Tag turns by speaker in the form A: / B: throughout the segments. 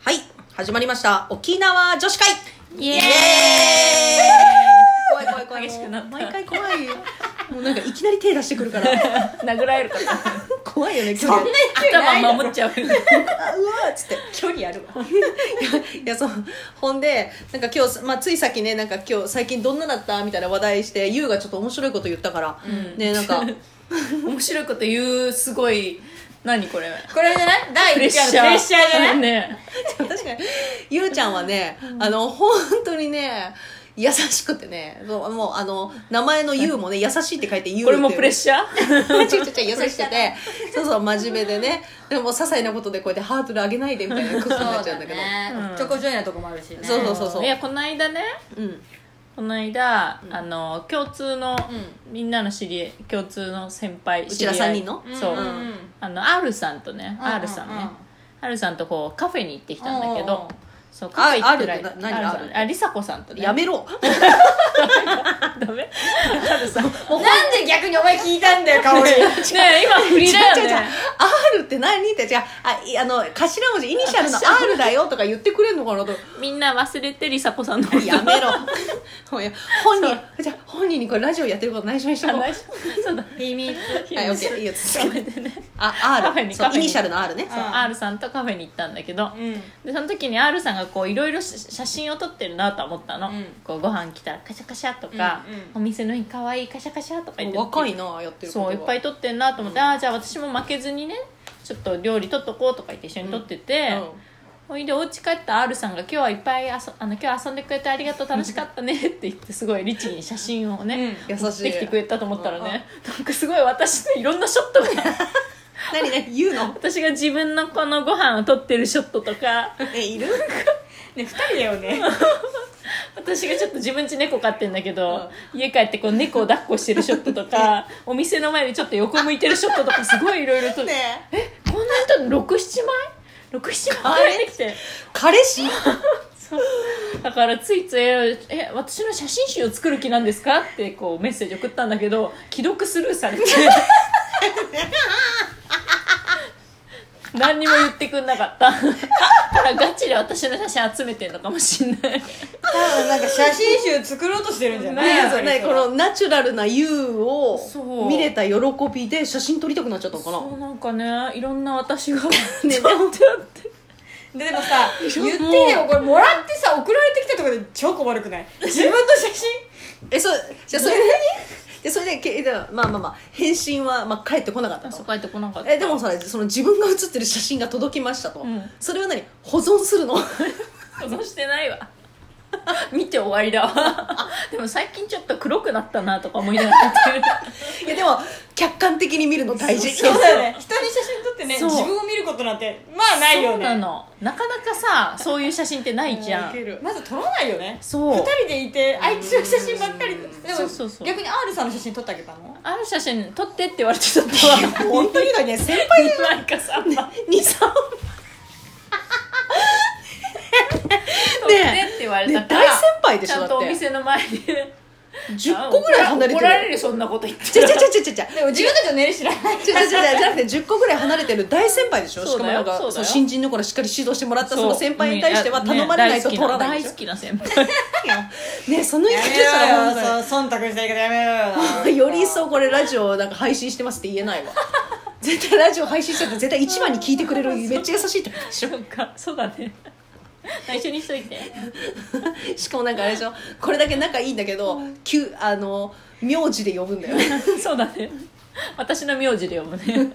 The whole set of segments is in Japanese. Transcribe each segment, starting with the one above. A: はい、始まりました。沖縄女子会
B: イエー
A: 怖
B: イ
A: い怖い怖い。
B: 激しくなった
A: もう毎回怖いよ。もうなんかいきなり手出してくるから。
B: 殴られるから
A: 怖いよね、距離。
B: 頭守っちゃう
A: あうわーっつって。
B: 距離あるわ
A: いやそうほんでなんか今日、まあ、ついさっきねなんか今日最近どんなだったみたいな話題して優がちょっと面白いこと言ったから、ねなん か
B: 面白いこと言うすごい何これ
C: これじゃない第
B: プレッ
C: 1
B: シャ
C: 回のプ
B: ー
C: レッシャーじゃない、
B: ね
A: 確かに優ちゃんはねあの本当にね優しくてねそうもうあの名前の優もね優しいって書いて優っていう
B: これもプレッシャー
A: ちょちょちょ優しくてそうそう真面目でねでも些細なことでこうやってハードル上げないでみたいなことにな
C: そ
A: っ
C: う
A: ちゃう
C: だ
A: んだけど
C: ね、
B: うん
C: ちょこちょいなとこもあるしね
A: そうそうそうそう
B: いやこの間ね
A: うん
B: この間、あの共通の、みんなの知り合い共通の先輩う
A: ちら三人の
B: そう、
C: うんうん
B: あの R さんとね、
C: うんうん
B: R さんね R さんとこうカフェに行ってきたんだけ
C: うんうんう
B: ど
C: ん
B: そうカフェ行って
A: あ R ってな何
B: R さん
A: R って
B: ありさこさんとね
A: やめろ
B: ダメ R さん
C: うんなんで逆にお前聞いたんだよ香織
B: ね今振りだよ ね
A: 違う違う違う R って何って違うあいあの頭文字イニシャルの R だよとか言ってくれんのかなと
B: みんな忘れてりさこさんのこと
A: やめろもういや本人じゃあ本人にこれラジオやってること内緒にしとこうはい
B: 内緒そうだ
C: 秘密
A: オッケーいいよ
B: それでね
A: あ
B: カフェ
A: R
B: に
A: そ
B: カ
A: うイ
B: フェに
A: ニシャルの R ね
C: うん
B: R さんとカフェに行ったんだけど、
C: うん
B: でその時に R さんがこういろいろ写真を撮ってるなとは思ったの、
C: うん
B: こうご飯来たらカシャカシャとか、
C: うんうん
B: お店の日かわいいカシャカシャとか言って
A: 若いなやってること
B: そう
A: が
B: いっぱい撮ってんなと思って、ああじゃあ私も負けずにねちょっと料理撮っとこうとか言って一緒に撮ってて、ほいでお家帰った R さんが今日はいっぱい遊あの今日遊んでくれてありがとう楽しかったねって言ってすごい律儀に写真をね、
A: うん優しい
B: 持ってきてくれたと思ったらね、なんかすごい私のいろんなショットが
A: 何何言うの
B: 私が自分のこのご飯を撮ってるショットとか
A: えいる
C: ね二人だよね
B: 私がちょっと自分ち猫飼ってんだけど、家帰ってこう猫を抱っこしてるショットと かお店の前でちょっと横向いてるショットとかすごいいろいろ撮って、
A: ねえ
B: えこんな人67枚 ?67 枚入ってきて。
A: 彼氏
B: だからついつい「え私の写真集を作る気なんですか?」ってこうメッセージ送ったんだけど既読スルーさ れて何にも言ってくんなかっただからガチで私の写真集めてんのかもしんない
C: 多分なんか写真集作ろうとしてるんじゃない
B: ねえ
C: それ
A: ね、このナチュラルな YOU を
B: そう
A: 見れた喜びで写真撮りたくなっちゃったのかな
B: そうなんかねいろんな私がね
A: でも
B: って
C: ででもさ言ってでもこれもらってさ送られてきたところで超困るくない自分の写真
A: えそうじゃあそれでそれでけでまあまあまあ返信は、まあ、返ってこなかったと
B: そう帰ってこなかった
A: えでもさその自分が写ってる写真が届きましたと、
B: うん
A: それは何保存す るの
B: 保存してないわ見て終わりだわでも最近ちょっと黒くなったなとか思いながらやってる
A: いやでも客観的に見るの大事
B: そう
C: そうだよね人に写真撮ってね
B: そう
C: 自分を見ることなんてまあないよ
B: そうな
C: ね
B: のなかなかさそういう写真ってないじゃ
A: いけ
B: ん
A: る
C: まず撮らないよね
B: そう
C: 二人でいてあいつの写真ばっかりでも
B: そうそうそう
C: 逆に R さんの写真撮ってあげたの
B: ある写真撮ってって言われて撮ったわ
C: 本当にだね先輩
B: なんかさ、撮っ
A: 23
B: てって言われたから、
A: ね大先輩でしょ
B: ちゃんと
A: だっ
B: お
A: て
B: 店の前で
A: 10個ぐらい離れて
B: 怒ら
A: る
B: れるそんなこと言って
A: ちゃちゃちゃちゃちゃちゃ
C: でも自分たちの年齢知らない
A: 違う違う違うじゃなくて10個ぐらい離れてる大先輩でしょし
B: そ
A: か
B: う
A: も
B: だ
A: なん
B: よ
A: か
B: そうだよ
A: その新人の頃しっかり指導してもらったその先輩に対しては頼まれないと取らない
B: 大
A: でし
B: 好きな先輩
A: ょねその言い
C: や
A: 方
C: め
A: したら
C: ろよそう忖度した言い方やめろ
A: もう
C: よ
A: より一層これラジオなんか配信してますって言えないわ絶対ラジオ配信してたら絶対一番に聞いてくれるめっちゃ優しいってことでしょ
B: そうかそうだね内緒にしといて
A: しかもなんかあれでしょこれだけ仲いいんだけど、きゅあの名字で呼ぶんだよ
B: そうだね私の名字で読むね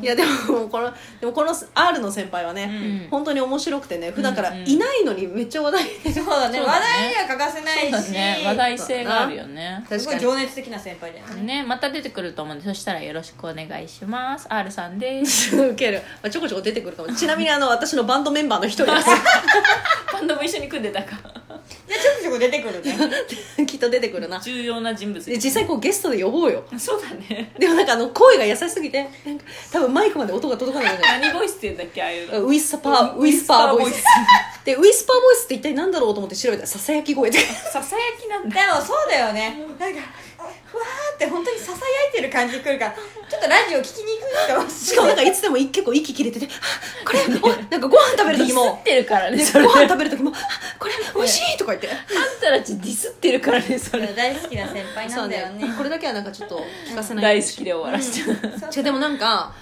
A: いやでもこのでもこの R の先輩はね、
B: うん
A: 本当に面白くてね普段から
B: うんうん
A: いないのにめっちゃ話題で
C: そうだね
B: そうだね
C: 話題には欠かせない
B: そうだ
C: し
B: ね話題性があるよね
C: すごい情熱的な先輩だよね
B: ねまた出てくると思うんでそしたらよろしくお願いします R さんです
A: 受ける、まあ、ちょこちょこ出てくるかもちなみにあの私のバンドメンバーの一人 です
B: バンドも一緒に組んでたから
C: でちょこちょこ出てくるね
A: きっと出てくるな
B: 重要な人物
A: で実際こうゲストで呼ぼうよ
B: そうだね
A: でもなんかあの声が優しすぎてなんか多分マイクまで音が届かないんじゃない
B: 何ボイスって言うんだっけああいうの
A: ウィスパーウィスパーボイスでウィスパーボイスって一体何だろうと思って調べたら ささやき声で
B: ささやきなん
C: で
B: だ
C: もそうだよねなんかふわーって本当にささやいてる感じくるからちょっとラジオ聞きに行く
A: しかもなんかいつでもい結構息切れててあこれおなんかご飯食べる
B: ディ
A: 時
B: ス
A: も
B: っ、てるからね
A: ね、
B: それ
A: ご
B: あ
A: 飯
B: ん
A: 食べる時もあこれ美味しいとか言って
B: たたちディスってるからねそれ
D: 大好きな先輩
A: そ
D: な
A: うん
D: だよ
A: ね
D: ね
A: これだけはなんかちょっと聞かせない
B: 大好きで終わらせて
A: 違うでもなんか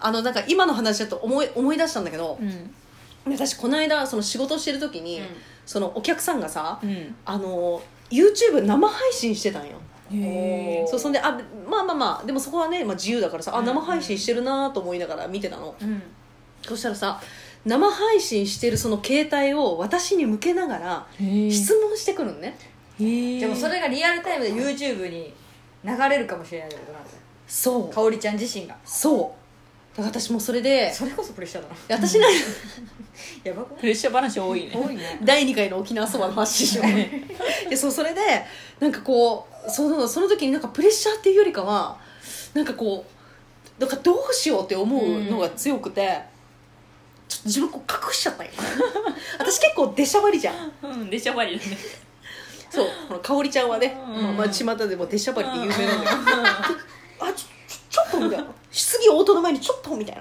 A: あのなんか今の話だと思い思い出したんだけど
B: う、ん
A: で私この間その仕事してる時に、
D: うん
A: そのお客さんがさ、
B: うん
A: あの YouTube 生配信してたんよ
B: へえ
A: そうそんであまあまあまあでもそこはね、まあ、自由だからさあ生配信してるなと思いながら見てたの、
B: うん
A: そしたらさ生配信してるその携帯を私に向けながら
B: へえ
A: 質問してくるのね、
D: でもそれがリアルタイムで YouTube に流れるかもしれないってことなんだよ
A: そう
D: かおりちゃん自身が
A: そうだから私もそれで
D: それこそプレッシャーだな
A: 私の
D: やばく
B: プレッシャー話多いね
D: 多いね
A: 第2回の沖縄そばの話でしょ でそうそれでなんかこうそのその時になんかプレッシャーっていうよりかはなんかこうなんかどうしようって思うのが強くて、ちょっと自分こう隠しちゃったよ 私結構出しゃばりじゃん
B: うんでしゃばりだね
A: そうこの香織ちゃんはね、
B: うん
A: まあ、まあ巷でも出しゃばりって有名なんだけどあちょちょちょっとみたいな質疑応答の前にちょっとみたい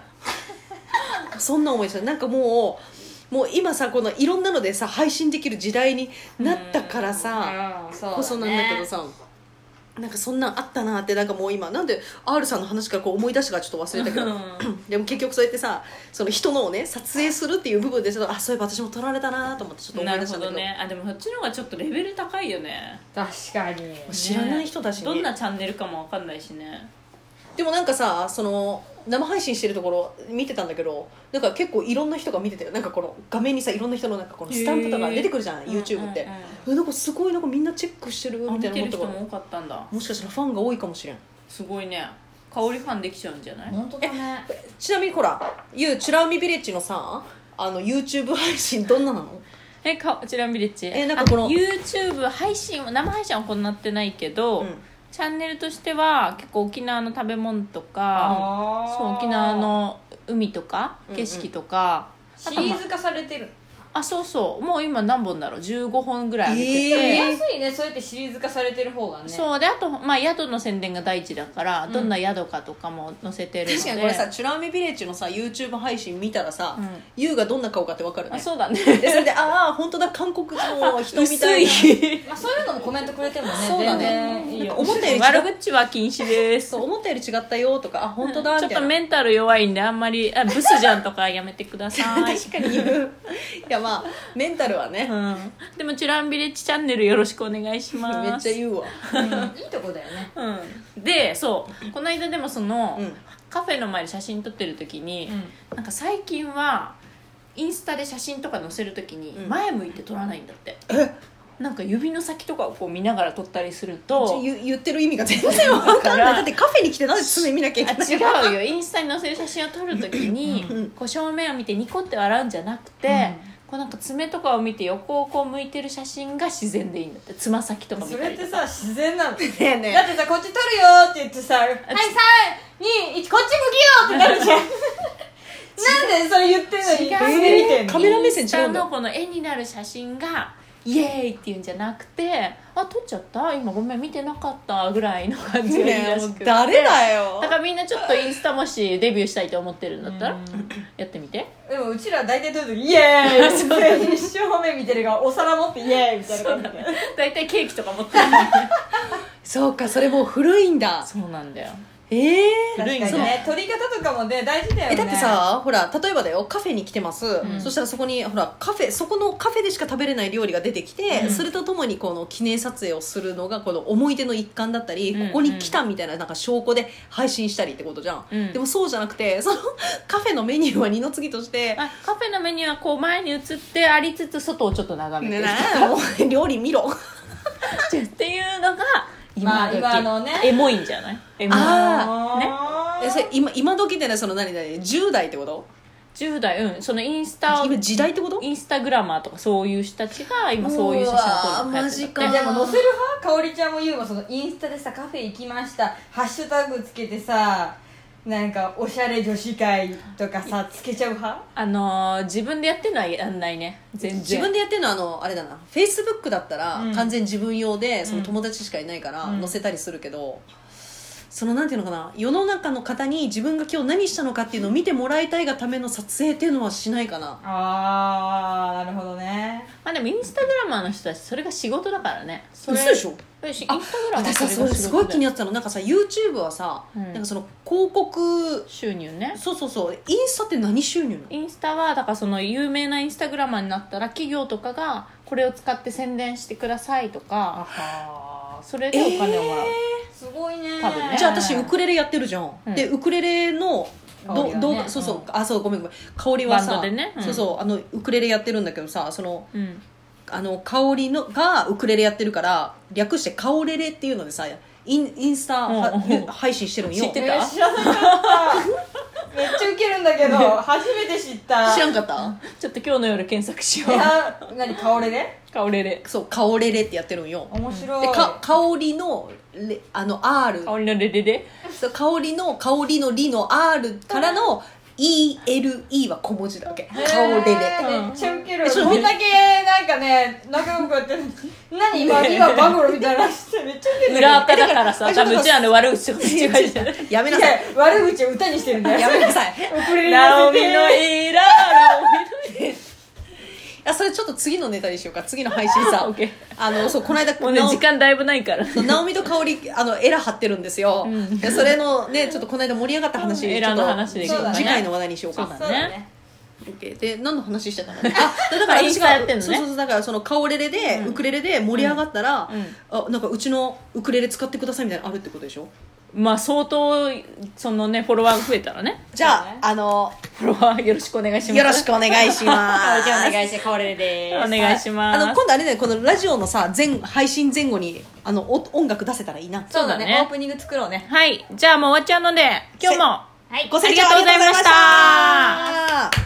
A: なそんな思いしたなんかもうもう今さこのいろんなのでさ配信できる時代になったからさ
D: ああそうだね
A: こそなんだけどさなんかそんなんあったなってなんかもう今なんで R さんの話からこう思い出したからちょっと忘れたけどでも結局そうやってさその人のをね撮影するっていう部分でちょっとあそういえば私も撮られたなと思ってちょっと思
B: ない
A: 出
B: る
A: した
B: ほ
A: んだ
B: ど
A: けど
B: ねあでもそっちの方がちょっとレベル高いよね
D: 確かに
A: 知らない人だしね
B: どんなチャンネルかもわかんないしね
A: でもなんかさその生配信してるところ見てたんだけどなんか結構いろんな人が見ててなんかこの画面にさいろんな人のなんかこのスタンプとか出てくるじゃん、
B: へー
A: YouTube って、
B: うんうん
A: えなんかすごいなんかみんなチェックしてる
B: あ
A: み
B: 見
A: たいな
B: て
A: も
B: る
A: んと
B: 人
A: か
B: も多かったんだ
A: もしかしたらファンが多いかもしれん
B: すごいね香りファンできちゃうんじゃない
D: 本当だね
A: ちなみにほらゆうチュラウミビレッジのさあの YouTube 配信どんななの
B: えかこちらミレッジ
A: えなんかこの
B: あ YouTube 配信は生配信は行ってないけど、
A: うん
B: チャンネルとしては結構沖縄の食べ物とかそう沖縄の海とか
A: うんうん
B: 景色とか、
D: シリーズ化されてる
B: あそうそうもう今何本だろう15本ぐらい上げてて、
D: 見
A: えー
D: やすいねそうやってシリーズ化されてる方がね
B: そうであと、まあ、宿の宣伝が第一だから、どんな宿かとかも載せてるので
A: 確かにこれさチュラウミビレッジのさ YouTube 配信見たらさ、
B: うん
A: ゆうがどんな顔かってわかるね
B: あそうだ
A: で
B: ね
A: それでああ本当だ韓国の人みた
B: 薄
A: い
B: い
A: な
D: まあそういうのもコメントくれてもね
A: そうだね
D: 全然いいよ
A: 思ったより違
B: 悪
A: う
B: 口は禁止です
A: そう思ったより違ったよとかあ本当だ
B: ちょ
A: み
B: った
A: いな、
B: とメンタル弱いんであんまりあブスじゃんとかやめてください
A: 確かに言ういやまあメンタルはね
B: うん、でもチュランビレッジチャンネルよろしくお願いします
A: めっちゃ言うわ
D: うんいいとこだよね
B: うん、でそうこの間でもその、
A: うん
B: カフェの前で写真撮ってる時に、なんか最近はインスタで写真とか載せる時に
A: うん
B: 前向いて撮らないんだって、なんか指の先とかをこう見ながら撮ったりすると
A: 言言ってる意味が全然わかんないだってカフェに来てなんで常に見なきゃいけない
B: あ違うよインスタに載せる写真を撮るときに、
A: うん
B: こう正面を見てニコって笑うんじゃなくて、こうなんか爪とかを見て横をこう向いてる写真が自然でいいんだってつま先とか見
D: そ
B: た
D: れっ
B: りと
D: て
B: か
D: さ自然なのだって
A: ねえねえ
D: さこっち撮るよって言ってさ「はい321こっち向きよ!」ってなるじゃんなんでそれ言ってんのに
B: 違う
D: 別で見てんの
A: カメラ目線違
B: 下
A: うんだ
B: のこの絵になる写真がイエーイっていうんじゃなくてあ撮っちゃった今ごめん見てなかったぐらいの感じがいい
A: ねえ
B: ら
A: も
B: し
A: う
B: くて
A: 誰だよ
B: だからみんなちょっとインスタもしデビューしたいと思ってるんだったらやってみて
D: でもうちら大体撮ると「イエーイ!」全員正面見てるがお皿持って「イエーイ!」みたいな感じで
B: 大体ケーキとか持ってる
A: そうかそれもう古いんだ
B: そうなんだよ
A: ええー、
B: 古いんだ
D: 確かにね撮り方とかもね大事だよね
A: えだってさほら例えばだよカフェに来てます、そしたらそこにほらカフェそこのカフェでしか食べれない料理が出てきて、それとともにこの記念撮影をするのがこの思い出の一環だったり、
B: うんうん
A: ここに来たみたいななんか証拠で配信したりってことじゃん、
B: うん
A: でもそうじゃなくてそ のカフェのメニューは二の次として
B: あカフェのメニューはこう前に映ってありつつ外をちょっと眺めて
A: ね
B: る、
A: なもう料理見ろ
B: っていうのが
D: ま
B: 今
D: あ
B: 時、
D: 今のね
B: エモいんじゃないエモい
A: あ
D: あー
A: えそれ今今時ってねその何何10代ってこと
B: 10代うんそのインスタを
A: 今時代ってこと
B: インスタグラマーとかそういう人たちが今そういう写真を撮るの流
A: うわ
B: 行ってるんだ
A: ーマジ
B: っ
A: か
B: て
D: でも載せる派かおりちゃんも言うもそのインスタでさカフェ行きましたハッシュタグつけてさなんかおしゃれ女子会とかさつけちゃう派
B: あのー自分でやってるのはやんないね全然
A: 自分でやってるのはあのあれだなフェイスブックだったら
D: うん
A: 完全自分用で、その友達しかいないから載せたりするけど、そのなんていうのかな世の中の方に自分が今日何したのかっていうのを見てもらいたいがための撮影っていうのはしないかな
D: あーなるほどね
B: まあでもインスタグラマーの人たちそれが仕事だからねそれ
A: 嘘でしょ
B: えしインスタグラマー
A: 私さそ
B: が
A: れすごい気に
B: な
A: なってたのなんかさ YouTube はさ、
B: うん
A: なんかその広告
B: 収入ね
A: そうそうそうインスタって何収入なの
B: インスタはだからその有名なインスタグラマーになったら企業とかがこれを使って宣伝してくださいとか
D: あ
B: それでお金をもらう、
D: すごいね
B: 多分ね
A: じゃあ私ウクレレやってるじゃん、
B: うん
A: でウクレレの
D: 香
A: ど
D: りはね
A: 動画そうそう、あそうごめんごめん香りはさ
B: バンドでねうん
A: そうそうあのウクレレやってるんだけどさその
B: うん、
A: あの香りのがウクレレやってるから略して「カオレレ」っていうのでさインインスタは
B: うんうん
A: 配信してるんよ
B: 知って
D: え
B: た
D: ー知ら なかっためっちゃウケるんだけど初めて知った
A: 知らんかった
B: ちょっと今日の夜検索しよ
D: え
B: う
D: あ何香れね
B: カオレレ
A: そう「カオレレ」ってやってるんよ
D: 面白い
A: でか香りのレあの R
B: カオレレレレ
A: そう香りの香りの「り」の R からの ELE は小文字だわけ「
D: へー
A: カオレレ」
D: めっちゃウケる
A: えそう
D: こんだけなんかね仲良くやってるのに 何今今バグロみたいなのしてめっちゃウケる
B: 裏垢だからさ
A: えちょ
B: 多
A: っと
B: 分うちらの悪口とか違うじゃん
A: やめないさ
D: や
A: い
D: 悪口を歌にしてるんだよ
A: やめなさい
D: 遅れる
B: ナ
D: や
B: オ
D: つで
B: ミのエラ
A: あそれちょっと次のネタにしようか次の配信
B: ー
A: さ
B: オッケー
A: あのそうこの間
B: もうね
A: なお
B: 時間だいぶないから
A: そう 直美と香りあのエラ張ってるんですよ、
B: うん
A: でそれのねちょっとこの間盛り上がった話ちょっ
B: うん
A: と
B: エラの話でい
D: こうかね
A: 次回の話題にしようか
B: そう
D: そうだね
A: OK で何の話して たのあだから
B: イン
A: 私
B: スタ
A: が
B: やってんのね
A: そうそうそうだからそのカオレレで、
B: うん
A: ウクレレで盛り上がったら、
B: うん
A: あなんかうちのウクレレ使ってくださいみたいなのあるってことでしょ
B: まあ相当そのねフォロワーが増えたらね
A: じゃあ、
D: そうね
A: あの
B: フォロワーよろしくお願いします
A: よろしくお願いしま す
D: じゃあお願いして香れで
B: お
D: す
B: 願いしま
A: あ
B: す
A: の今度あれだよこのラジオのさ前配信前後にあのお音楽出せたらいいな
D: そ
B: そ
D: うだ
B: うだね
D: ねオープニング作ろうね
B: はいじゃあもう終わっちゃうので今日も
D: はい
A: ご清聴
B: ありがとうございました
A: ありがとうございました